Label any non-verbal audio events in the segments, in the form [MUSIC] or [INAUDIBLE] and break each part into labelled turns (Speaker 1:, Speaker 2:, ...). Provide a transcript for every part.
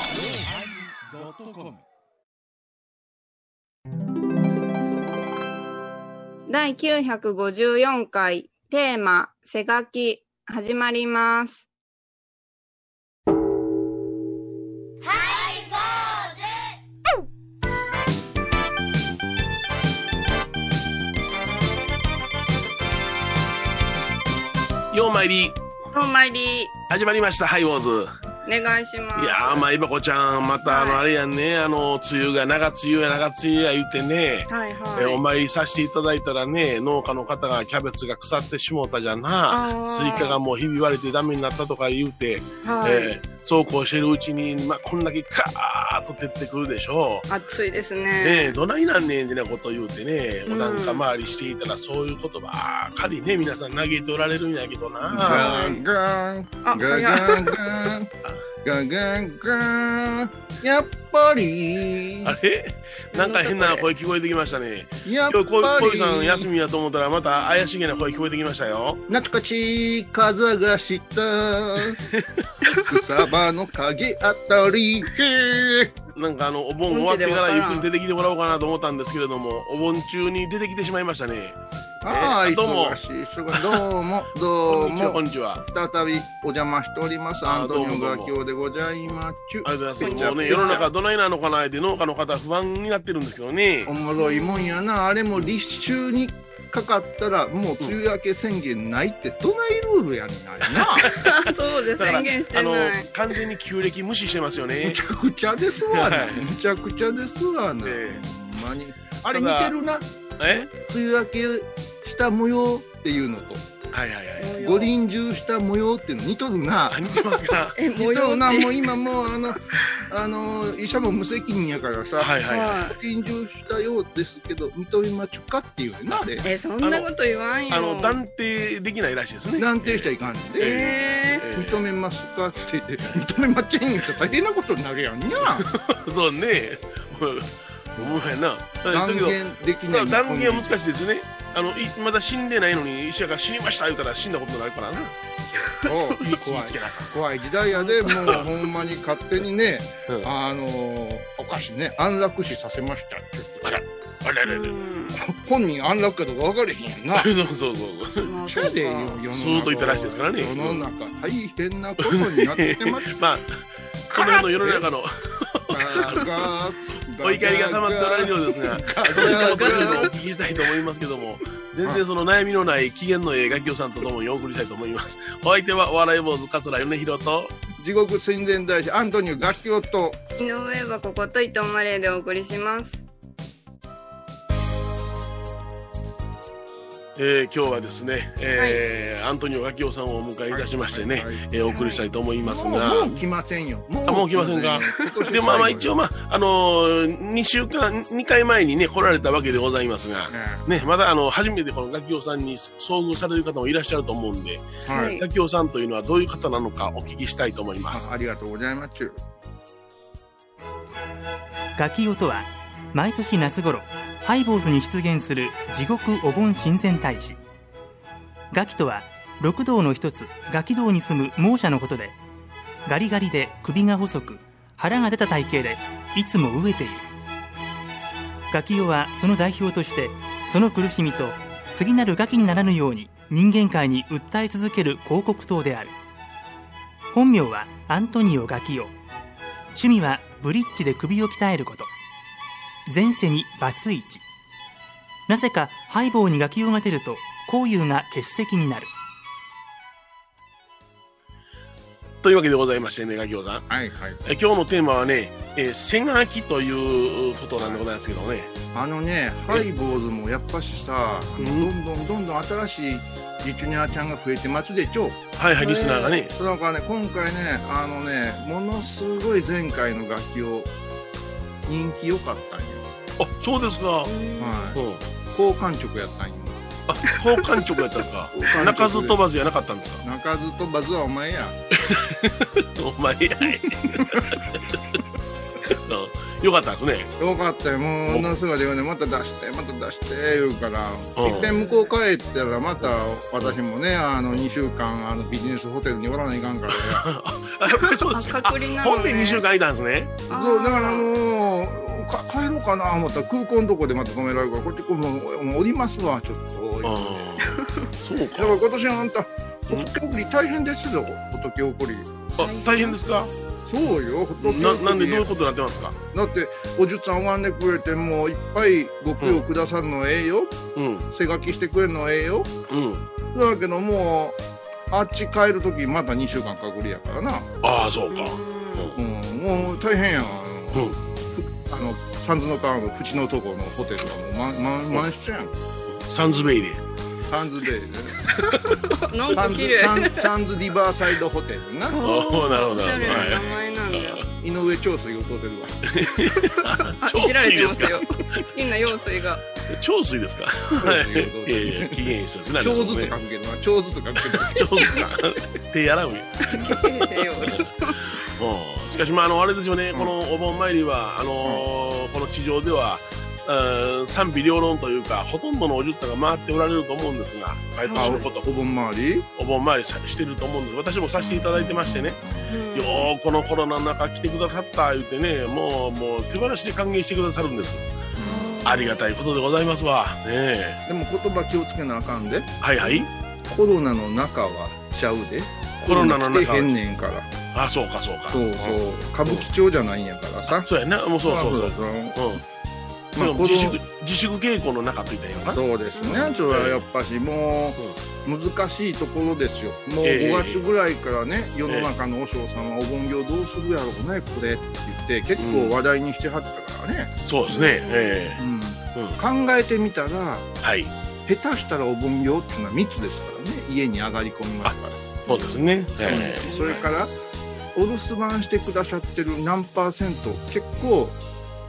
Speaker 1: yosmir
Speaker 2: 第954回テーマ「せがき」始まります。
Speaker 3: ようまいり
Speaker 2: お参り
Speaker 3: 始まりましたハイウォーズ
Speaker 2: お願いします。
Speaker 3: いやーまあいばこちゃんまたあの
Speaker 2: はい
Speaker 3: あれやんね、あの梅雨が長梅雨や長梅雨や言うてね、
Speaker 2: はいはい。
Speaker 3: えお参りさせていただいたらね農家の方がキャベツが腐ってしもうたじゃ
Speaker 2: あー
Speaker 3: なスイカがもうひび割れてダメになったとか言うて、
Speaker 2: はい
Speaker 3: えーそうこうしてるうちに、まあ、こんだけカーッと照ってくるでしょう。
Speaker 2: 暑いですね。
Speaker 3: ねえどないなんねんってなこと言うてね、
Speaker 2: うん
Speaker 3: お檀家回りしていたら、そういうことばっかりね、皆さん嘆いておられるんやけどな。
Speaker 2: はい
Speaker 4: Gun, gun,
Speaker 2: あ、
Speaker 4: gun,
Speaker 2: 早い。
Speaker 4: gun, gun, gun, gun. やっぱり
Speaker 3: あ、れなんか変な声聞こえてきましたね。
Speaker 4: やっ
Speaker 3: 今日こ
Speaker 4: ぱ
Speaker 3: 小
Speaker 4: り
Speaker 3: 木さん休みやと思ったらまた怪しげな声聞こえてきましたよ。
Speaker 4: 懐かしい風がした。草場の影あたり。
Speaker 3: なんかあのお盆終わってからゆっくり出てきてもらおうかなと思ったんですけれども、お盆中に出てきてしまいましたね。
Speaker 4: ああ、
Speaker 3: えーどうも
Speaker 4: 忙しい、忙しい。どうも、ど
Speaker 3: こ
Speaker 4: うん
Speaker 3: にちは、こん
Speaker 4: も。
Speaker 3: にちは。
Speaker 4: 再びお邪魔しております。
Speaker 3: あ
Speaker 4: ア
Speaker 3: ー
Speaker 4: ント
Speaker 3: どう
Speaker 4: ニ
Speaker 3: も
Speaker 4: オ
Speaker 3: ど
Speaker 4: が
Speaker 3: うも
Speaker 4: 今日でございます。
Speaker 3: ありがとうございま
Speaker 4: こ
Speaker 3: す。も
Speaker 4: んに
Speaker 3: うね、
Speaker 4: ちは
Speaker 3: 世の中どないなのかなって農家の方不安になってるんですけどね
Speaker 4: お。もろいもんやな。あれも立秋にかかったら、もう梅雨明け宣言ないって、どないルールやねんな。
Speaker 2: [LAUGHS]
Speaker 4: な。
Speaker 2: そうです。
Speaker 3: だから
Speaker 2: 宣言して
Speaker 3: あの
Speaker 2: ない。
Speaker 3: 完全に旧暦無視してますよ
Speaker 4: む
Speaker 3: ね
Speaker 4: ち。ゃくちゃですわ
Speaker 3: [LAUGHS]
Speaker 4: な、
Speaker 3: はい
Speaker 4: むちゃくちゃですわな、
Speaker 3: え
Speaker 4: ほんまにあれ
Speaker 3: た
Speaker 4: 似
Speaker 3: だ
Speaker 4: てるな
Speaker 3: え
Speaker 4: 梅雨明けした模様っていうのと
Speaker 3: はいはいはい。
Speaker 4: 五輪中した模様っていうの似とるな
Speaker 3: [LAUGHS] あ、似てま
Speaker 2: [LAUGHS]
Speaker 3: すか
Speaker 2: え、
Speaker 4: 似
Speaker 2: 模
Speaker 4: と
Speaker 2: 様
Speaker 4: るな
Speaker 2: って
Speaker 4: もう今もうあの [LAUGHS] あの医者も無責任やからさ、
Speaker 3: はいはいはい。
Speaker 2: は
Speaker 4: 五輪中したようですけど認めまちょかっていうなあれ
Speaker 2: い。え、そんなこと言わんよ。
Speaker 3: あの、断定できないらしいですね。
Speaker 4: 断定しちゃいかんので、
Speaker 2: え
Speaker 3: えー
Speaker 4: 認めますかって言って認めまちんよと大変なことになるやん
Speaker 3: [LAUGHS]
Speaker 4: にゃ
Speaker 3: そうね。お前な。だけ
Speaker 4: 断
Speaker 3: ど
Speaker 4: 言できな
Speaker 3: そ
Speaker 4: いう
Speaker 3: 断言は難しいですよね。あのいまだ死んでないのに医者が死にました言うたら死んだことになるからな。
Speaker 4: そう
Speaker 3: [LAUGHS] 気
Speaker 4: 怖
Speaker 3: ぃ
Speaker 4: い
Speaker 3: つけなあかん
Speaker 4: 怖い時代や
Speaker 3: [LAUGHS]
Speaker 4: でもうほんまに勝手にね、
Speaker 3: うん
Speaker 4: あのーお菓子ね安楽死させましたちょっと
Speaker 3: あらあれあ
Speaker 2: ー
Speaker 3: れあれ。
Speaker 2: うん
Speaker 4: 本人安楽かどうか分かれへんやんな
Speaker 3: [LAUGHS] そうそうそう。
Speaker 2: まあ
Speaker 4: そ
Speaker 2: そう
Speaker 4: や
Speaker 2: か
Speaker 4: でよ世の中
Speaker 3: ずーっと言ったらしいですからね
Speaker 4: 世の中大変なことになってます
Speaker 3: まあその世の世の中の
Speaker 4: から
Speaker 3: [LAUGHS] お怒りが溜まっておられるようですが、そういったことでお聞きしたいと思いますけども、全然その悩みのない機嫌のええ楽器さんとともにお送りしたいと思います。お相手はお笑い坊主桂米広と。
Speaker 4: [LAUGHS] 地獄宣伝大師アントニオ楽器夫
Speaker 2: 井上はここと伊藤マレーでお送りします。
Speaker 3: えー今日はですね、えーアントニオキオさんをお迎えいたしましてね、
Speaker 4: はいはいはい
Speaker 3: えーお送りしたいと思います
Speaker 4: も
Speaker 3: が、
Speaker 4: うもう来ませんよも
Speaker 3: あもう来ませんか
Speaker 4: 今年
Speaker 3: でまあまあ
Speaker 4: 最後
Speaker 3: 一応まああのー、2週間2回前にね来られたわけでございますが
Speaker 4: ね
Speaker 3: ねまだあの初めてこの楽器さんに遭遇される方もいらっしゃると思うんで
Speaker 4: はい、
Speaker 2: はい
Speaker 3: 楽器さんというのはどういう方なのかお聞きしたいと思います
Speaker 4: あありがとうございます
Speaker 5: ガキオとは毎年夏頃ハイボーズに出現する地獄お盆親善大使ガキとは六道の一つガキ道に住む猛者のことでガリガリで首が細く腹が出た体型でいつも飢えているガキオはその代表としてその苦しみと次なるガキにならぬように人間界に訴え続ける広告塔である本名はアントニオ・ガキオ趣味はブリッジで首を鍛えること前世にバツイチなぜかハイボーにガキ用が出ると幸雄が欠席になる
Speaker 3: というわけでございましてね楽器さん
Speaker 4: はいはい
Speaker 3: え今日のテーマはね「えー、せがき」ということなんでございますけどね
Speaker 4: あのね、ハイボーズもやっぱしさ、
Speaker 3: うん
Speaker 4: どんどんどんどん新しいリチュニアちゃんが増えてますでちょ。
Speaker 3: はいはいリスナーがね
Speaker 4: だからね、今回ね、あのね、ものすごい前回の楽器を人気良かったんよ。
Speaker 3: あそうですか、
Speaker 4: は
Speaker 3: うん、
Speaker 4: い。好感触やったんよ。
Speaker 3: あ好感直やったんですか鳴
Speaker 4: 泣
Speaker 3: かず飛ばずやなかったんですか
Speaker 4: 泣かず飛ばずはお前や。
Speaker 3: お前やい。よかったですね。
Speaker 4: よかったよ、もう女の姿がね、また出して、また出して、言うから、いっぺん向こう帰ったら、また私もね、あの、2週間、あの、ビジネスホテルにおらないかんからね。
Speaker 3: あ、やっぱりそうですよ。
Speaker 2: あ隔離なのね
Speaker 3: あほんで2週間いたんですね。
Speaker 4: そう、だからもう、か帰ろうかな思ったら、空港のとこでまた止められるから、こっちこうもう、もうおりますわ、ちょっと。だか
Speaker 3: あーそうか。
Speaker 4: ら今年はあんた、仏送り大変ですよ、仏送り。
Speaker 3: あ、大変ですか。
Speaker 4: そうよ、仏
Speaker 3: な、
Speaker 4: 送り。
Speaker 3: なんでどういうことになってますか。
Speaker 4: だって、おじゅさん拝んでくれて、もういっぱいご供養くださるのええよ、
Speaker 3: うん、
Speaker 4: 背書きしてくれるのええよ。
Speaker 3: うん。
Speaker 4: だけどもうあっち帰る時また2週間隔離やからな、
Speaker 3: ああ、そうか。
Speaker 4: うん、もう大変やんあの,
Speaker 3: うん
Speaker 4: ふ、あの三途の川の縁のとこのホテルはもう満満満室やん
Speaker 3: サンズベイで。
Speaker 4: サンズデイね
Speaker 2: なん
Speaker 4: サ
Speaker 2: か
Speaker 4: ン
Speaker 2: 綺
Speaker 4: ズ
Speaker 2: 麗
Speaker 4: サンサンズリバーサイドホテルな
Speaker 3: ああ、なるほど。
Speaker 2: おし
Speaker 3: な
Speaker 2: ゃ
Speaker 3: る
Speaker 2: れ
Speaker 3: ほ
Speaker 2: な
Speaker 3: どはい
Speaker 2: 名前なんだよ
Speaker 4: 井上長水を通ってるわ
Speaker 2: あ、
Speaker 3: 超
Speaker 2: いじられ
Speaker 3: 水
Speaker 2: て
Speaker 3: で
Speaker 2: ますす
Speaker 3: か。
Speaker 2: よ好きな用水
Speaker 3: [LAUGHS]
Speaker 2: が
Speaker 3: 超水ですか。はい。いやいや、期限一緒ですね。
Speaker 4: 長ずつ書くけどな長ずつ書くけど
Speaker 3: ちょっと [LAUGHS] 手洗うんや。
Speaker 2: 綺麗だよ
Speaker 3: うんしかし、まあ、あの、あれですよね、このお盆参りは、あのーこの地上では。うん賛否両論というか、ほとんどのおじゅったが回っておられると思うんですが、毎
Speaker 4: あ
Speaker 3: 年のこと、
Speaker 4: お盆回り
Speaker 3: お盆参りさしてると思うんです。私もさせていただいてましてね、よーこのコロナの中来てくださった言ってね、もう、もう手放しで歓迎してくださるんです。ありがたいことでございますわ。ねえ。
Speaker 4: でも言葉気をつけなあかんで
Speaker 3: はいはい。
Speaker 4: コロナの中はちゃうで
Speaker 3: コロナの
Speaker 4: 来て
Speaker 3: 中
Speaker 4: へん
Speaker 3: は。
Speaker 4: ねんから
Speaker 3: あ、そうか、そうか。
Speaker 4: そうそう歌舞伎町じゃないんやからさ
Speaker 3: そうやな、もうそうそうそう。うん。
Speaker 4: まあ
Speaker 3: その
Speaker 4: 子供
Speaker 3: 自粛自粛稽古の中といったような。
Speaker 4: そうですね、
Speaker 2: う
Speaker 4: それはやっぱしもう難しいところですよもう5月ぐらいからね、世の中の和尚さんはお盆業どうするやろうねこれって言って結構話題にしてはったからね、
Speaker 3: そうですね。ええうん。
Speaker 4: 考えてみたら
Speaker 3: はい。
Speaker 4: 下手したらお盆業っていうのは密ですからね家に上がり込みますから、
Speaker 3: そうですね。え
Speaker 2: あ
Speaker 4: それからお留守番してくださってる何パーセント結構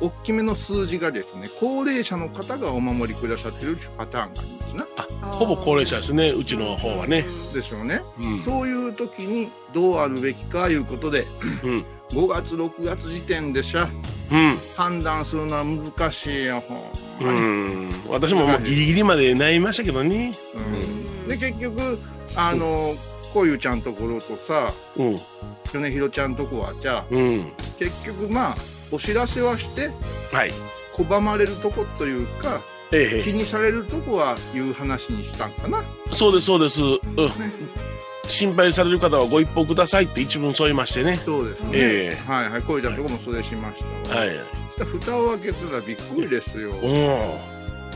Speaker 4: 大きめの数字がですね高齢者の方がお守りくださってるパターンがありますな
Speaker 3: えほぼ高齢者ですね。うちの方はね。
Speaker 4: ですよね
Speaker 3: うん。
Speaker 4: そういう時にどうあるべきかいうことで、
Speaker 3: うん
Speaker 4: 5月6月時点でしゃ
Speaker 3: うん。
Speaker 4: 判断するのは難しいよ、ほん
Speaker 3: う
Speaker 4: まに
Speaker 3: ん。私ももうギリギリまで悩みましたけどね。
Speaker 4: うんで結局あのこういうちゃんところとさ
Speaker 3: うん。
Speaker 4: 米広ちゃんとこはじゃあ
Speaker 3: うん。
Speaker 4: 結局まあお知らせはして
Speaker 3: はい。
Speaker 4: 拒まれるとこというか
Speaker 3: え
Speaker 4: 気にされるとこはいう話にしたんかな、ね、
Speaker 3: え。そうです、そうです。うん。心配される方はご一報くださいって一文添えましてね。
Speaker 4: そうですね、
Speaker 3: え
Speaker 4: はいはいこういうちゃんとこもそれしました
Speaker 3: え。
Speaker 4: わ、
Speaker 3: はい。
Speaker 4: そしたら蓋を開けたらびっくりですよ、
Speaker 3: うん。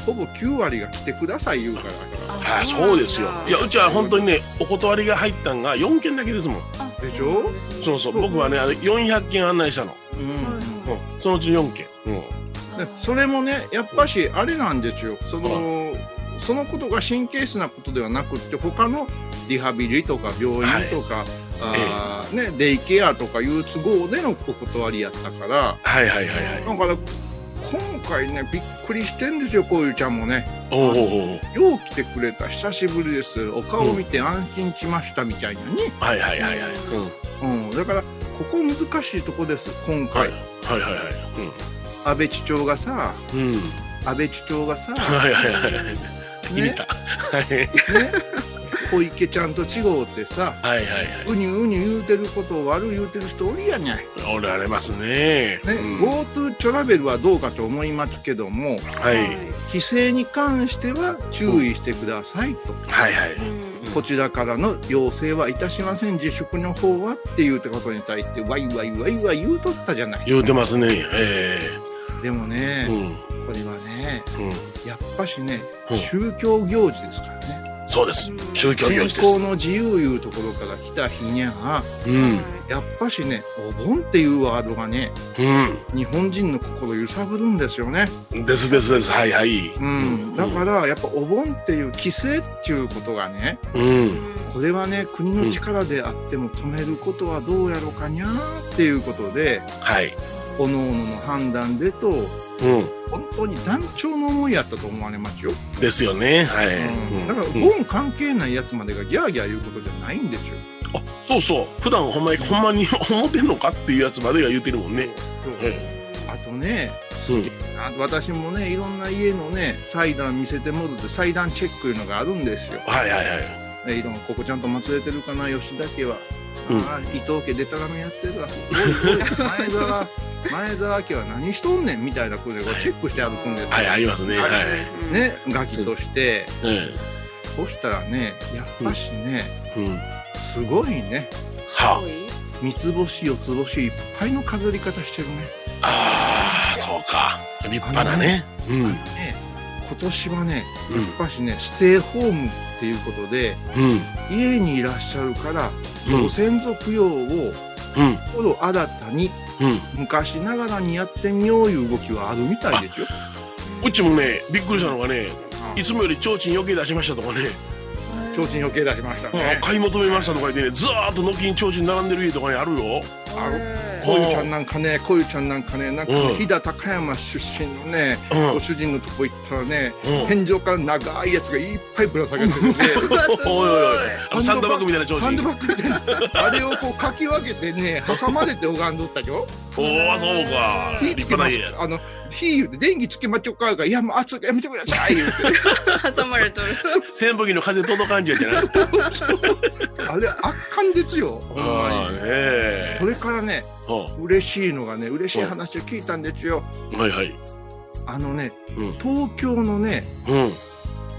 Speaker 4: ほぼ9割が来てください言うから
Speaker 3: ああ、そうですよ。いや、うちは本当にね、お断りが入ったんが4件だけですもん。
Speaker 4: でしょ
Speaker 3: そうそう。僕はね、あれ400件案内したの。
Speaker 4: うん
Speaker 3: うん。そのうち4件。うん。
Speaker 4: でそれもねやっぱしあれなんですよそのそのことが神経質なことではなくって他のリハビリとか病院とか、あーね、デイケアとかいう都合でのお断りやったから
Speaker 3: はいはいはいはい。
Speaker 4: だから今回ねびっくりしてんですよこういうちゃんもね
Speaker 3: おうおうおう
Speaker 4: よう来てくれた久しぶりですお顔見て安心しましたみたいなね、
Speaker 3: はいはいはいはい。うん。
Speaker 4: うんだからここ難しいとこです今
Speaker 3: はい
Speaker 4: 回、
Speaker 3: はいはいはい。
Speaker 4: 安倍首長がさ
Speaker 3: うん。うん。
Speaker 4: 安倍首長がさ、
Speaker 3: はいはいはい。気に入っ
Speaker 4: ね
Speaker 3: た。はい
Speaker 4: ね、小池ちゃんと違うってさ
Speaker 3: はいはいはい。
Speaker 4: うにゅうにゅ言うてることを悪い言うてる人おるやない、ね
Speaker 3: おられますね。うん
Speaker 4: GoTo トラベルはどうかと思いますけども
Speaker 3: はい
Speaker 4: 規制に関しては注意してくださいと、
Speaker 3: はいはい。
Speaker 4: こちらからの要請はいたしません自粛の方はっていうてことに対してわいわいわいわい言うとったじゃない
Speaker 3: 言うてますね。え
Speaker 4: でもね
Speaker 3: え。う、ん。
Speaker 4: これはね
Speaker 3: うん。
Speaker 4: やっぱしね、
Speaker 3: うん
Speaker 4: 宗教行事ですからね
Speaker 3: そうです。宗教
Speaker 4: 健
Speaker 3: 行事です
Speaker 4: 康。の自由いうところから来た日にゃあ
Speaker 3: うん。
Speaker 4: やっぱしね、お盆っていうワードがね、
Speaker 3: う
Speaker 4: 日本人の心を揺さぶるんですよね。
Speaker 3: ん。ですですです。はいはい。
Speaker 4: うん。だから、やっぱお盆っていう規制っていうことがね、
Speaker 3: うん。
Speaker 4: これはね、国の力であっても止めることはどうやろうかにゃーっていうことで、
Speaker 3: はい。
Speaker 4: 各々の判断でと、
Speaker 3: う
Speaker 4: 本当に団長の思いやったと思われますよ。
Speaker 3: ん。ですよね。はい。
Speaker 4: うん。だから、お
Speaker 3: うん
Speaker 4: 盆関係ないやつまでがギャーギャー言うことじゃないんですよ。
Speaker 3: あ、 [LAUGHS] そうそう。普段ほんまに、ほんまに思ってんのかっていうやつまでが言ってるもんね。
Speaker 4: そう
Speaker 3: え
Speaker 4: ああとね
Speaker 3: うん
Speaker 4: あ私もねいろんな家のね祭壇見せてもろて祭壇チェックいうのがあるんですよ。
Speaker 3: はいはいはい
Speaker 4: ね、いろんなここちゃんと祭れてるかな吉田家は、
Speaker 3: うん
Speaker 4: ああ伊藤家でたらめやってるわおいおい前沢前沢家は何しとんねんみたいなことでこ
Speaker 3: は
Speaker 4: う
Speaker 3: い
Speaker 4: チェックして歩くんですよ、
Speaker 3: はいありますねはい
Speaker 2: うん
Speaker 4: ねガキとして、
Speaker 3: え
Speaker 4: そしたらねやっぱしね、
Speaker 3: えうん
Speaker 4: すごいね
Speaker 3: は
Speaker 2: 多い
Speaker 4: 三つ星四つ星いっぱいの飾り方してるね
Speaker 3: あああそうか立派なねうんうん
Speaker 4: ね今年はねやっぱしねステイホームっていうことで
Speaker 3: うん
Speaker 4: 家にいらっしゃるから、
Speaker 3: うん
Speaker 4: ご先祖供養を
Speaker 3: うん
Speaker 4: 心新たに
Speaker 3: うん
Speaker 4: 昔ながらにやってみよういう動きはあるみたいですよ。
Speaker 3: うちもねびっくりしたのがね
Speaker 4: う
Speaker 3: い
Speaker 4: ん
Speaker 3: つもより提灯余計出しましたとかね
Speaker 4: 提灯余計出しました
Speaker 3: あ
Speaker 4: ね。
Speaker 3: 買い求めましたとか言ってねずーっと軒に提灯並んでる家とかにあるよ
Speaker 4: あの
Speaker 2: へ
Speaker 4: こういうちゃんなんかね、こういうちゃんなんかね、なんか
Speaker 3: うん
Speaker 4: 飛騨高山出身のね、
Speaker 3: うん
Speaker 4: ご主人のとこ行ったらね、
Speaker 3: うん
Speaker 4: 天井から長いやつがいっぱいぶら下げて
Speaker 3: [LAUGHS]
Speaker 4: るんで、
Speaker 2: ーうわすご
Speaker 3: おいおいおい
Speaker 2: い
Speaker 3: あのサンドバッグみたいな提
Speaker 4: サンド
Speaker 3: 灯
Speaker 4: バッグみたいな、あれをこうかき分けてね、挟まれて拝んどったよ。
Speaker 3: おおそうか
Speaker 4: 火つ
Speaker 3: 立
Speaker 4: け
Speaker 3: 派
Speaker 4: ま
Speaker 3: な
Speaker 4: す
Speaker 3: 家。
Speaker 4: あの、火言うて電気つけまちょっかいうから、いやもう熱くやめてください言うて。
Speaker 2: 挟まれとる
Speaker 3: 扇風機の風届かんじゃじゃない
Speaker 4: あれ圧巻ですよ。ほん
Speaker 3: あ
Speaker 4: ま
Speaker 3: あ
Speaker 4: に。
Speaker 3: ねえ
Speaker 4: これからね、
Speaker 3: う
Speaker 4: 嬉しいのがね嬉しい話を聞いたんですよ
Speaker 3: んはいはい
Speaker 4: あのね、
Speaker 3: うん
Speaker 4: 東京のね
Speaker 3: うん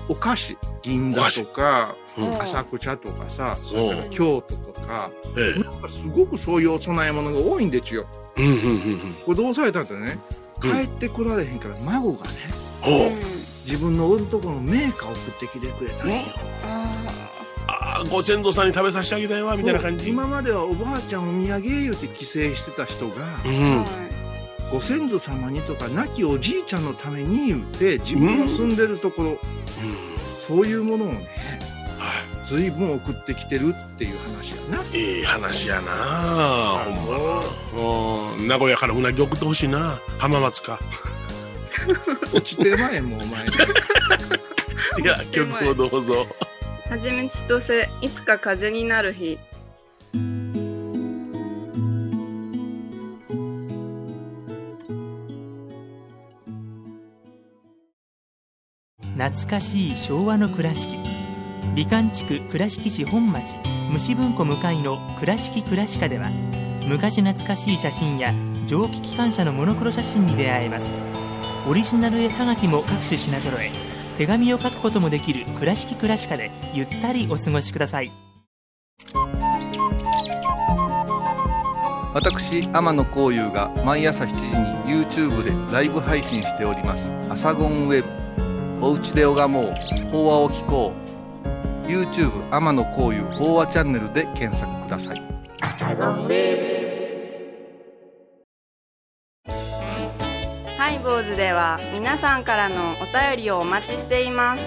Speaker 4: お菓子銀座とか
Speaker 3: うん
Speaker 4: 浅草とかさそ
Speaker 3: お
Speaker 4: れから京都とか
Speaker 3: ええ
Speaker 4: なんかすごくそういうお供え物が多いんですよ
Speaker 3: うんうんうんうん
Speaker 4: これどうされたんですよね
Speaker 3: う
Speaker 4: 帰
Speaker 3: ん
Speaker 4: ってこられへんから孫がね
Speaker 3: おう
Speaker 4: 自分のおるとこのメーカー送ってきてくれたんよ
Speaker 2: あ
Speaker 3: ああご先祖さんに食べさせてあげたいわみたいな感
Speaker 4: そう
Speaker 3: じ
Speaker 4: 今まではおばあちゃんお土産言うて帰省してた人が
Speaker 3: う
Speaker 2: ー
Speaker 3: ん
Speaker 2: はい
Speaker 4: ご先祖様にとか亡きおじいちゃんのために言うて自分の住んでるところそういうものをね、随分送ってきてるっていう話やな。
Speaker 3: いい話やなほんまなうん名古屋からうなぎ送ってほしいな浜松
Speaker 4: [LAUGHS]
Speaker 3: か
Speaker 4: 落ちてまえもうお前。
Speaker 3: いや曲をどうぞ
Speaker 2: はじめ千歳いつか風になる日
Speaker 5: 懐かしい昭和の倉敷美観地区倉敷市本町虫文庫向かいの「倉敷倉歯科」では昔懐かしい写真や蒸気機関車のモノクロ写真に出会えますオリジナル絵はがきも各種品揃え手紙を書くこともできる「倉敷倉歯科」でゆったりお過ごしください
Speaker 1: [LAUGHS] 私天野幸雄が毎朝7時に YouTube でライブ配信しております「アサゴンウェブ」「おうちで拝もう法話を聞こう」YouTube 天野幸雄法話チャンネルで検索ください
Speaker 2: ハイボーズでは皆さんからのお便りをお待ちしています。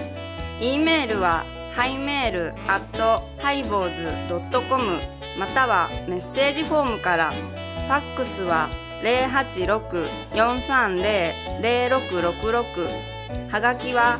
Speaker 2: e メールはハイメールアットハイボーズドットコムまたはメッセージフォームから。ファックスは086-430-0666はがきは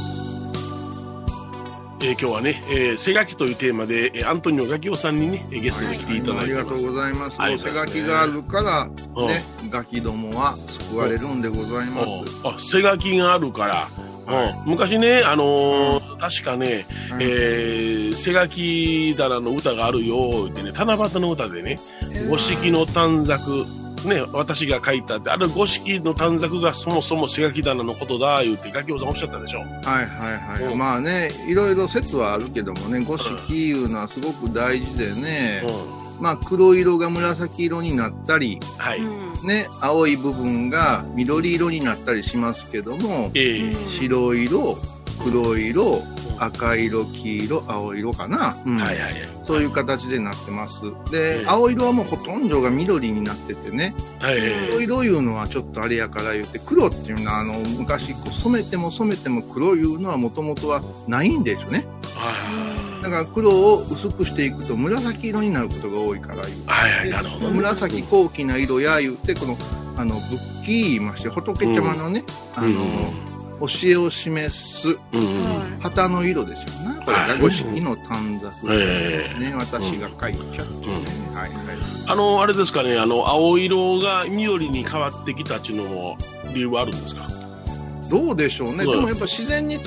Speaker 3: えー今日はね「えー背書き」というテーマでえーアントニオガキオさんにねえーゲストに来ていただ
Speaker 4: あ
Speaker 3: い
Speaker 4: り
Speaker 3: て
Speaker 4: が
Speaker 3: ま
Speaker 4: と
Speaker 3: す
Speaker 4: うございます。
Speaker 3: あり
Speaker 4: お
Speaker 3: がと
Speaker 4: 手
Speaker 3: うご
Speaker 4: 書
Speaker 3: ざいます
Speaker 4: きがあるから、
Speaker 3: うん
Speaker 4: ね、ガキどもは救われるんでございます。
Speaker 3: あ背書きがあるから、うん昔ね、あのー確かね、
Speaker 4: はい
Speaker 3: えー、背書き棚の歌があるよってね七夕の歌でね「五色の短冊」ね、私が書いたってあれ五色の短冊がそもそも背書き棚のことだ言ってガキオさんおっしゃったでしょ
Speaker 4: はいはいは
Speaker 3: う
Speaker 4: い。
Speaker 3: ん
Speaker 4: まあね、いろいろ説はあるけどもね、五色いうのはすごく大事でね、
Speaker 3: う
Speaker 4: まあ黒色が紫色になったり、
Speaker 3: んはい、
Speaker 2: うん
Speaker 4: ね、青い部分が緑色になったりしますけども、
Speaker 3: えー
Speaker 2: うん
Speaker 4: 白色黒色赤色、黄色、青色かな。うん
Speaker 3: はいはいはい。
Speaker 4: そういう形でなってます。
Speaker 3: え
Speaker 4: で
Speaker 3: え、
Speaker 4: 青色はもうほとんどが緑になっててね、
Speaker 3: はいはいはい。
Speaker 4: 黒色いうのはちょっとあれやから言って、黒っていうのはあの昔こう染めても染めても黒いうのはもともとはないんでしょうね。
Speaker 3: は
Speaker 4: だから黒を薄くしていくと紫色になることが多いからいう。
Speaker 3: いはい、なるほど。
Speaker 4: 紫高貴な色や言ってこのあの仏器言いまして仏様のね、あの教えを示す
Speaker 3: うんうんうん。
Speaker 2: は
Speaker 4: 旗の色ですよねこれが五色の短冊ですね、私が書いちゃってね、はいはい
Speaker 3: あの、あれですかね、あの、青色が緑に変わってきたっていうのも理由はあるんですか
Speaker 4: どうでしょうね、
Speaker 3: うん
Speaker 4: でもやっぱ自然に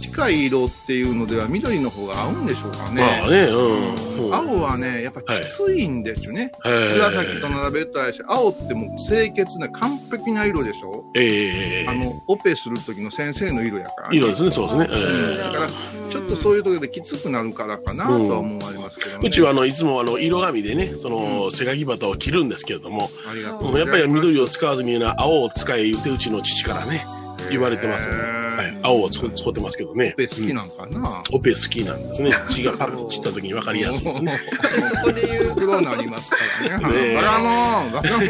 Speaker 4: 近い色っていうのでは緑の方が合うんでしょうかね、
Speaker 3: まあね、うん。うん
Speaker 4: 青はねやっぱきついんですよね、
Speaker 3: えー
Speaker 4: 紫と並べたいし青ってもう清潔な完璧な色でしょ、
Speaker 3: ええ
Speaker 4: あのオペする時の先生の色やからね、
Speaker 3: 色ですね、そうですね。え
Speaker 4: うんだ
Speaker 3: ー
Speaker 4: からちょっとそういうところできつくなるからかなとは思われますけどね。
Speaker 3: うちはあのいつもあの色紙でね、そのせがぎ旗を切るんですけれども、
Speaker 4: ありがとう
Speaker 3: うん
Speaker 4: ござ
Speaker 3: や
Speaker 4: い
Speaker 3: っ
Speaker 4: ま
Speaker 3: ぱ
Speaker 4: す
Speaker 3: り緑を使わずにな青を使え言ってうちの父からね、言われてますね。はい、青をつ使ってますけどね
Speaker 4: オ。ペ好きなんかな。
Speaker 3: オペ好きなんですね。
Speaker 4: [LAUGHS]
Speaker 3: 血が散った時に分かりやすいですね。
Speaker 2: そこで言う。
Speaker 4: 黒になりますからね。
Speaker 3: ねえ
Speaker 4: バカモン、バカモン。
Speaker 3: い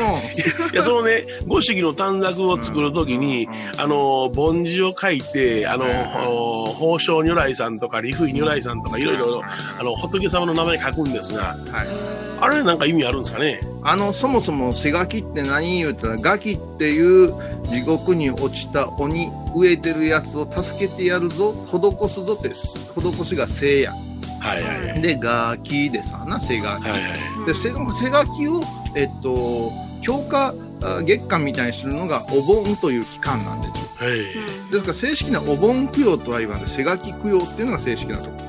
Speaker 3: や、そのね、五色の短冊を作るときに、あの、梵字を書いて、あの、
Speaker 4: はい
Speaker 3: 宝生如来さんとか、理不意如来さんとか、いろいろ、あの、仏様の名前書くんですが、
Speaker 4: はい
Speaker 3: あれなんか意味あるんですかね
Speaker 4: あのそもそも背ガキって何言うたらガキっていう地獄に落ちた鬼植えてるやつを助けてやるぞ施すぞです施しがせや
Speaker 3: はいはいはい。はい
Speaker 4: でガキでさな背ガキ
Speaker 3: はい。
Speaker 4: で背背書きを、えっと、強化あ月間みたいにするのがお盆という期間なんですよですから正式なお盆供養とは言わず背書き供養っていうのが正式なとこ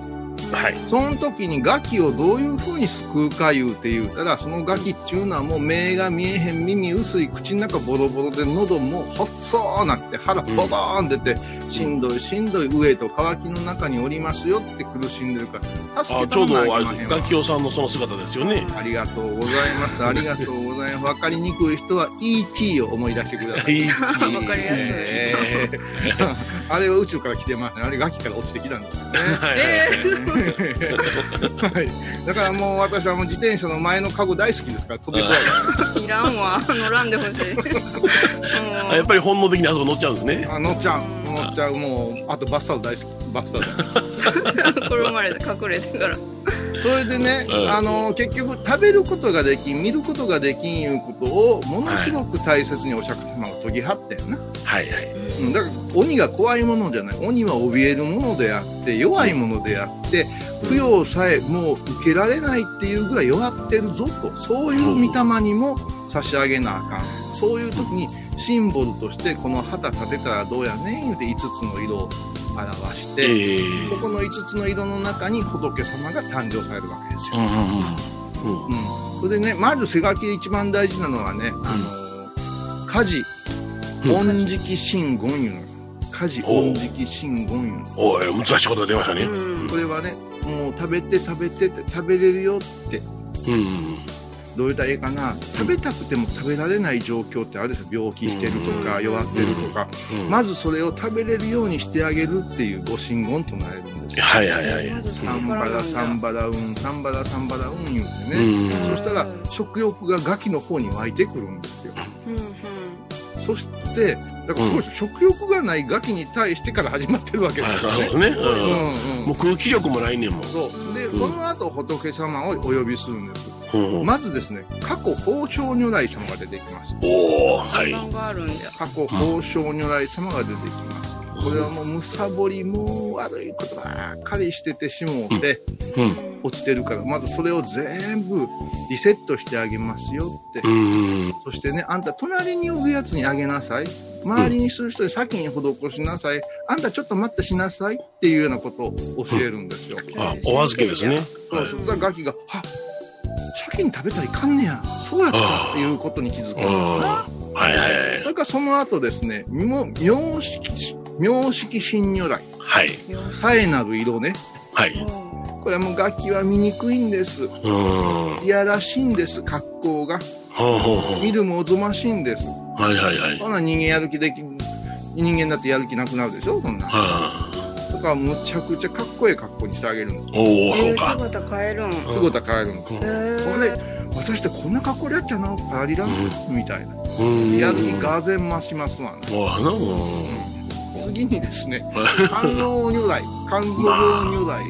Speaker 3: はい。
Speaker 4: その時にガキをどういうふうに救うか言うて言うたらそのガキっていうのはもう目が見えへん耳薄い口の中ボロボロで喉も細うなって腹ボローン出て、しんどいしんどい飢えと渇きの中におりますよって苦しんでるから助
Speaker 3: あ
Speaker 4: け
Speaker 3: ちょ
Speaker 4: た
Speaker 3: うど
Speaker 4: のも
Speaker 3: あ
Speaker 4: あ
Speaker 3: れ
Speaker 4: げまへんわ
Speaker 3: 楽器さんのその姿ですよね。
Speaker 4: ありがとうございます。ありがとうございます。わかりにくい人は ET を思い出してくだ
Speaker 3: [LAUGHS]
Speaker 4: さい。
Speaker 3: いい
Speaker 2: わかりやすい
Speaker 4: えー
Speaker 3: [LAUGHS]
Speaker 4: あれは宇宙から来てますね。あれガキから落ちてきたんですよね。
Speaker 3: はい
Speaker 4: はい。だからもう私はもう自転車の前のカゴ大好きですから飛び怖い。
Speaker 2: いらんわ。乗らんでほしい。
Speaker 3: あやっぱり本能的にあそこ乗っちゃうんですね。
Speaker 4: あのっちゃん、のっちゃんもうあとバスタード大好き。バスター
Speaker 2: り。これ生まれて隠れてから。
Speaker 4: ド。それでね、
Speaker 3: うん
Speaker 4: あの結局食べることができん、見ることができんいうことをものすごく大切にお釈迦様が研ぎ張ってんな。
Speaker 3: はいはい。
Speaker 4: うんだから鬼が怖いものじゃない鬼は怯えるものであって弱いものであって供養さえもう受けられないっていうぐらい弱ってるぞとそういう御霊にも差し上げなあかんそういう時にシンボルとしてこの旗立てたらどうやねん言うて5つの色を表して、
Speaker 3: ええ
Speaker 4: ここの5つの色の中に仏様が誕生されるわけですよ
Speaker 3: う。んうんうん。う
Speaker 4: う
Speaker 3: ん。
Speaker 4: ん、それでねまず背書きで一番大事なのはね、あの家事音敷真言いうの家事
Speaker 3: おう
Speaker 4: 音敷真言いうの
Speaker 3: おい、難しいことが出ましたね。
Speaker 2: うん
Speaker 4: これはねもう食べて食べてって食べれるよって
Speaker 3: うんうん。
Speaker 4: どういったらいいかな食べたくても食べられない状況ってあるでしょ病気してるとか
Speaker 2: うん
Speaker 4: 弱ってるとか
Speaker 3: うん
Speaker 4: まずそれを食べれるようにしてあげるっていうご真言唱えるんですよ
Speaker 3: はいはいはい。
Speaker 2: まずそこ
Speaker 4: サン
Speaker 2: か
Speaker 4: バ
Speaker 2: らなん
Speaker 4: ラ
Speaker 2: だ
Speaker 4: サンバラうんサンバラサンバラうん言うて
Speaker 3: う
Speaker 4: ね、
Speaker 3: ん。
Speaker 4: そしたら食欲がガキの方に湧いてくるんですよ
Speaker 2: うんうん
Speaker 4: そして、だからすごいですよ、食欲がないガキに対してから始まってるわけだから
Speaker 3: な
Speaker 4: ね
Speaker 3: るほ。どね。
Speaker 4: うんう
Speaker 3: うんも
Speaker 4: ん
Speaker 3: う空気力もないねんもん。
Speaker 4: そう。で、
Speaker 3: うん
Speaker 4: この後、仏様をお呼びするんです。
Speaker 3: うん
Speaker 4: まずですね、過去宝生如来様が出てきます。
Speaker 3: おおはい。
Speaker 2: 看板があるんだ。
Speaker 4: 過去宝生如来様が出てきます。これはもう、むさぼり、もう悪いことばっかりしててしもうて、
Speaker 3: うん。
Speaker 4: 落ちてるから、まずそれを全部リセットしてあげますよって
Speaker 3: う。ん。
Speaker 4: そしてね、あんた隣におるやつにあげなさい。周りにする人に先に施しなさい。あんたちょっと待ってしなさいっていうようなことを教えるんですよ。
Speaker 3: あ、お預けですね。
Speaker 4: そうするとガキが、あ先に食べたらいかんねや。そうやったっていうことに気づくん
Speaker 3: う
Speaker 4: で
Speaker 3: ん。
Speaker 4: すね。
Speaker 3: はいはいは
Speaker 4: そ
Speaker 3: い。
Speaker 4: れからその後ですね、みも妙識、妙識新如来。
Speaker 3: はい。
Speaker 4: さえなる色ね。
Speaker 3: はい。
Speaker 4: これはもうガキは見にくいんです。
Speaker 3: うん。
Speaker 4: いやらしいんです、格好が。
Speaker 3: ほうほうほ
Speaker 4: 見るもおぞましいんです。
Speaker 3: う。はいはいはい。
Speaker 4: そんな人間やる気でき人間だってやる気なくなるでしょそんな。
Speaker 3: は
Speaker 4: とかむちゃくちゃかっこいい格好にしてあげるんです
Speaker 3: おお、
Speaker 2: え
Speaker 3: そう
Speaker 2: ー
Speaker 3: か。
Speaker 2: 姿変えるん。へ
Speaker 3: うん
Speaker 4: 姿変えるんです
Speaker 2: え
Speaker 3: うん
Speaker 4: これ私ってこんな格好でやっちゃうのパリラみたいな
Speaker 3: うん
Speaker 4: やる気がぜん増しますわね
Speaker 3: もうあのうん
Speaker 4: 次にですね
Speaker 3: うん
Speaker 4: 官能如来官能如来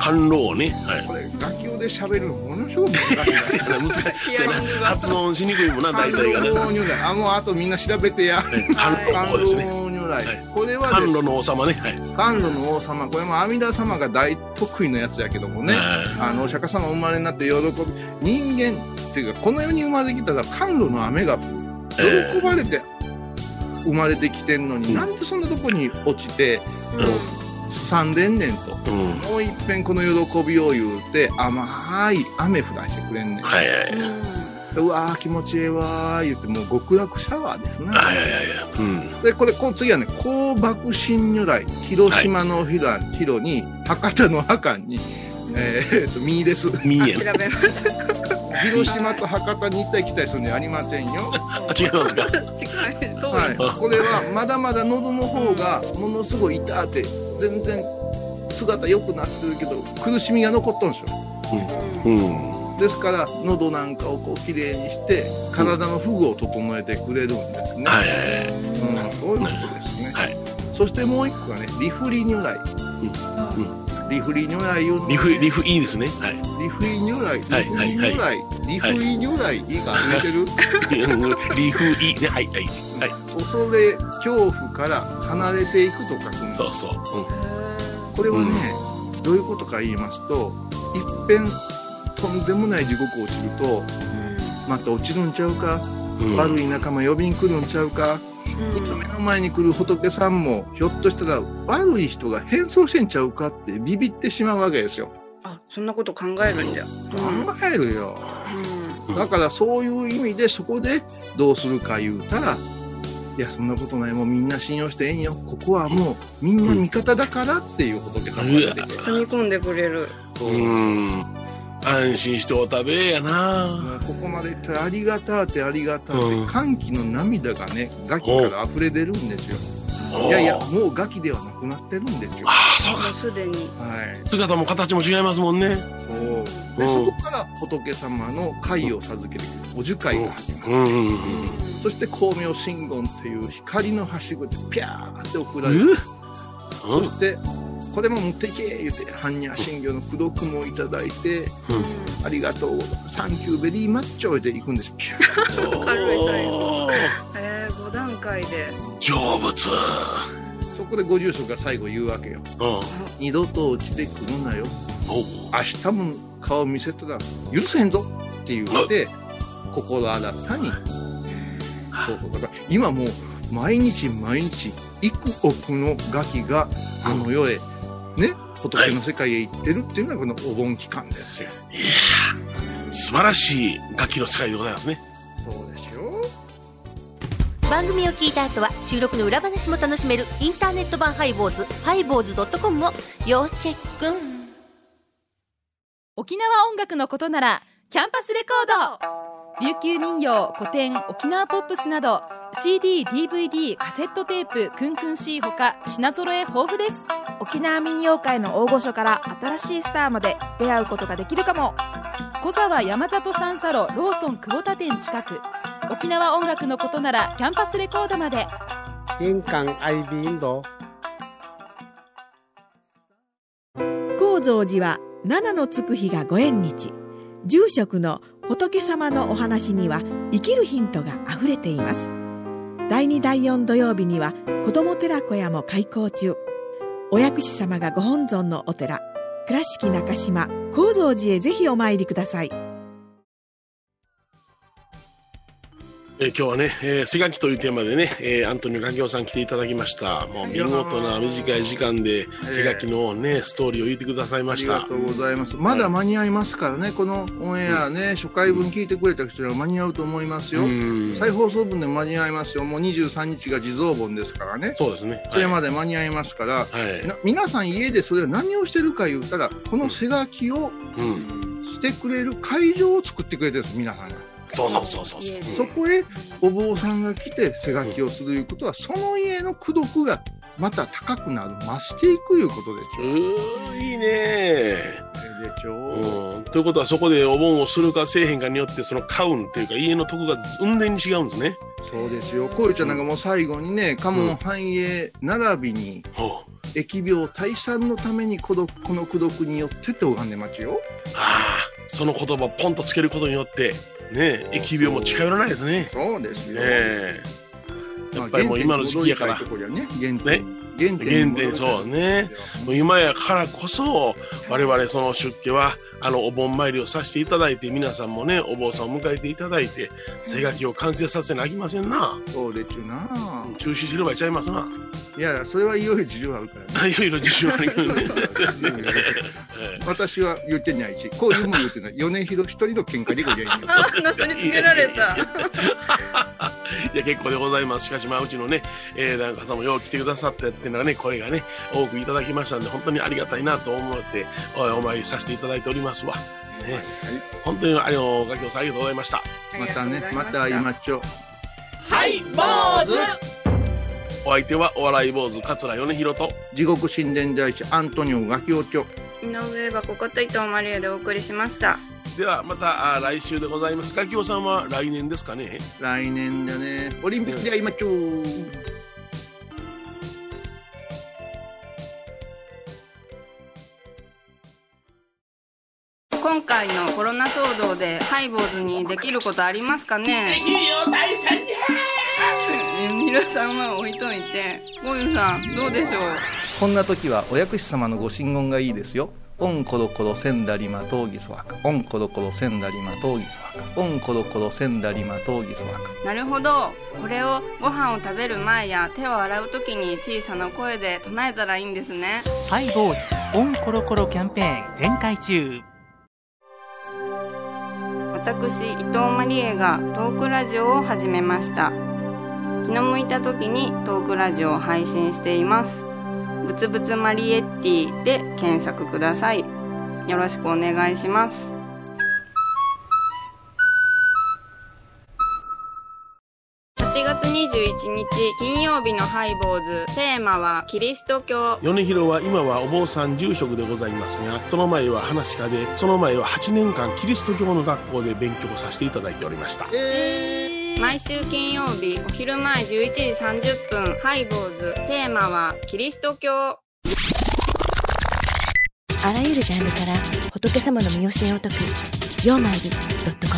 Speaker 3: 甘露をね、はい。
Speaker 4: これガキオで喋るのものすごく難しいです
Speaker 3: [LAUGHS] せやな難しい。
Speaker 2: ー
Speaker 3: せやな発音しにくいもんな、
Speaker 4: 官
Speaker 3: 大体がな。
Speaker 4: 能如来あもうあとみんな調べて
Speaker 3: [LAUGHS]
Speaker 4: や
Speaker 3: はい甘
Speaker 4: 官能
Speaker 3: 露ですね。
Speaker 4: 如来
Speaker 3: は
Speaker 4: これは
Speaker 3: 甘
Speaker 4: です
Speaker 3: 露
Speaker 4: ね
Speaker 3: の王様ね。はい。
Speaker 4: 甘露の王様これも阿弥陀様が大得意のやつやけどもね
Speaker 3: はい
Speaker 4: あのお釈迦様お生まれになって喜び人間っていうかこの世に生まれてきたら甘露の雨が
Speaker 3: え
Speaker 4: 喜ばれて生まれてきてんのに、
Speaker 3: うん
Speaker 4: なんでそんなとこに落ちてすさんでんねんと
Speaker 3: ーうん。
Speaker 4: もういっぺんこの喜びを言うて甘い雨降らしてくれんねん、
Speaker 3: はいはい
Speaker 2: うん。
Speaker 4: でうわー気持ちええわー言ってもう極楽シャワーですね
Speaker 3: はいはいはいはい。うん。
Speaker 4: でこれこう次はね香爆新如来広島のひら、広に博多の墓に、えー、と右です
Speaker 3: ミ
Speaker 2: あ
Speaker 3: ーエン。
Speaker 2: 調べます。
Speaker 4: 広島と博多に行ったり来たりするんじゃありませんよ
Speaker 3: あ、違うんですか。
Speaker 2: 近い遠い。
Speaker 4: はい、これはまだまだ喉の方がものすごい痛って全然姿良くなってるけど苦しみが残っとんでしょ
Speaker 3: うん。
Speaker 4: ですから喉なんかをこうきれいにして体のフグを整えてくれるんですね、
Speaker 3: はいはいはい。
Speaker 4: うん、そういうことですね、
Speaker 3: はい
Speaker 4: そしてもう一個がねリフリ如来、リフリ如来いうのはね
Speaker 3: リフ、リフいいですね。はい。
Speaker 4: リフリ如来リ
Speaker 3: はい
Speaker 4: フリ如来、リフリ如来いいか決めてる、
Speaker 3: リフいいね。はいはい。
Speaker 4: 恐れ恐怖から離れていくと書くんです
Speaker 3: そうそう。うん。
Speaker 4: これはね、どういうことか言いますといっぺんとんでもない地獄落ちるとまた落ちるんちゃうか、
Speaker 3: うん
Speaker 4: 悪い仲間呼びに来るんちゃうか、きっと目の前に来る仏さんもひょっとしたら悪い人が変装してんちゃうかってビビってしまうわけですよ。
Speaker 2: あ、そんなこと考えるんじゃ。
Speaker 4: 考えるよ、
Speaker 3: うん
Speaker 4: だからそういう意味でそこでどうするか言うたらいやそんなことないもうみんな信用してええんよここはもうみんな味方だからっていう仏さんが出てくる。
Speaker 2: 踏み込んでくれる。
Speaker 4: そう
Speaker 3: うん。安心してお食べやな。
Speaker 4: もうここまでいったらありがたーてありがた
Speaker 3: う
Speaker 4: ー
Speaker 3: ん
Speaker 4: て歓喜の涙がねガキから溢れ出るんですよいやいやもうガキではなくなってるんですよは
Speaker 3: ああ、そう
Speaker 2: も
Speaker 3: か。
Speaker 2: うすでに。
Speaker 4: いそ
Speaker 3: 姿も形も違いますもんね。
Speaker 4: うで
Speaker 3: うん
Speaker 4: そこから仏様の会を授けてくるお受会が始まる
Speaker 3: うんうんうん。
Speaker 4: そして光明真言という光のはしごでピャーって送られる
Speaker 3: う
Speaker 4: そしてこれも持っていけ言って般若心経の功徳もいただいてありがとうサンキューベリーマッチョで行くんですよ [LAUGHS] ピューッと
Speaker 2: 軽い軽い
Speaker 3: おー
Speaker 2: ええ、五段階で。
Speaker 3: 成仏。
Speaker 4: そこでご住職が最後言うわけよ
Speaker 3: うん。お
Speaker 4: 二度と落ちてくるなよ
Speaker 3: ー
Speaker 4: 明日も顔見せたら許せへんぞって言って心新たにそうそうだから今もう毎日毎日幾億のガキがあの世へね仏の世界へ行ってるっていうのがこのお盆期間ですよ
Speaker 3: 素晴らしい楽器の世界でございますね。
Speaker 4: そうですよ
Speaker 6: 番組を聞いた後は収録の裏話も楽しめるインターネット版ハイボーズハイボーズドットコムを要チェック
Speaker 7: 沖縄音楽のことならキャンパスレコード琉球民謡古典沖縄ポップスなど CDDVD カセットテープクンクン C ほか品揃え豊富です
Speaker 8: 沖縄民謡界の大御所から新しいスターまで出会うことができるかも
Speaker 7: 小沢山里三佐路ローソン久保田店近く沖縄音楽のことならキャンパスレコードまで
Speaker 9: 沿港爱民路。
Speaker 10: 高蔵寺は七のつく日がご縁日住職の仏様のお話には生きるヒントがあふれています第2第4土曜日には子ども寺小屋も開校中お薬師様がご本尊のお寺倉敷中島・高蔵寺へぜひお参りください
Speaker 3: えー今日はね、えー、せがきというテーマでね、えーアントニオガキオさん来ていただきました。もう見事な短い時間で、
Speaker 4: ー
Speaker 3: せがきのね、ストーリーを言ってください
Speaker 4: あ
Speaker 3: ま
Speaker 4: り
Speaker 3: し
Speaker 4: が
Speaker 3: た
Speaker 4: と。うございますまだ間に合いますからねこのオンエアね初回分聞いてくれた人には間に合うと思いますよ
Speaker 3: うん
Speaker 4: 再放送分でも間に合いますよもう23日が地蔵盆ですからね
Speaker 3: そうですね。
Speaker 4: それまで間に合いますから、
Speaker 3: はい。はい。
Speaker 4: な皆さん家でそれは何をしてるか言ったらこの背書きを
Speaker 3: うん。
Speaker 4: してくれる会場を作ってくれてるんです皆さんが、
Speaker 3: そうそうそうそう。
Speaker 2: 家で
Speaker 4: そこへお坊さんが来て背書きをするいうことはその家の功徳がまた高くなる増していくいうことでしょ
Speaker 3: うーんいいねえ
Speaker 4: でしょ
Speaker 3: うんということはそこでお盆をするかせえへんかによってその家運っていうか家の得が運転に違うんですね
Speaker 4: そうですよこういうちゃんなんかもう最後にね家紋繁栄並びに、疫病退散のために孤独この孤独によってって拝んで待ちよ
Speaker 3: ああその言葉ポンとつけることによってねえ疫病も近寄らないですね
Speaker 4: そうですよ
Speaker 3: ねえやっぱりもう今の時期やか
Speaker 4: まあ
Speaker 3: ら
Speaker 4: 原点に戻りたいところやね原点
Speaker 3: 原点そうねもう今やからこそ我々その出家はあのお盆参りをさせていただいて皆さんもねお坊さんを迎えていただいて生垣を完成させなあきませんな
Speaker 4: そうでちゅな
Speaker 3: 中止すればいちゃいますない [LAUGHS]
Speaker 4: やそれはいろいろ事情あるからね
Speaker 3: いろいろ事情あるけどね
Speaker 4: 私は言ってないしこういうも言ってない米広一人の見解でござい [LAUGHS] ます
Speaker 2: あなすりつけられた
Speaker 3: [LAUGHS] いや結構でございますしかしまあうちのね、えー、なんか方もよう来てくださったっていうのがね声がね多くいただきましたんで本当にありがたいなと思っておお参りさせていただいておりますわ、ね本当にあのガキオさんありがとうございました
Speaker 4: またねまた会いましょう
Speaker 11: はい坊主
Speaker 3: お相手はお笑い坊主桂米広と
Speaker 4: 地獄神殿大師アントニオガキオチョ
Speaker 2: 井上はここと伊藤マリエでお送りしました
Speaker 3: ではまたあ来週でございますガキオさんは来年ですかね
Speaker 4: 来年だねオリンピックで会いましょう、
Speaker 2: 今回のコロナ騒動でハイボーズにできることありますかね
Speaker 11: 疫病退散じ
Speaker 2: え皆さんは置いといてゴユさんどうでしょう
Speaker 1: こんな時はお薬師様のご神言がいいですよオンコロコロセンダリマトーギソワカオンコロコロセンダリマトーギソワカオンコロコロセンダリマトーギソワカ
Speaker 2: なるほどこれをご飯を食べる前や手を洗う時に小さな声で唱えたらいいんですね
Speaker 5: ハイボーズオンコロコロキャンペーン展開中
Speaker 2: 私伊藤マリエがトークラジオを始めました気の向いた時にトークラジオを配信していますぶつぶつマリエッティで検索くださいよろしくお願いします8月21日金曜日のハイボーズテーマはキリスト教
Speaker 3: 米広は今はお坊さん住職でございますがその前は話し家でその前は8年間キリスト教の学校で勉強させていただいておりました、
Speaker 2: 毎週金曜日お昼前11時30分ハイボーズテーマはキリスト教
Speaker 12: あらゆるジャンルから仏様の身教えを説く「曜マイル .com」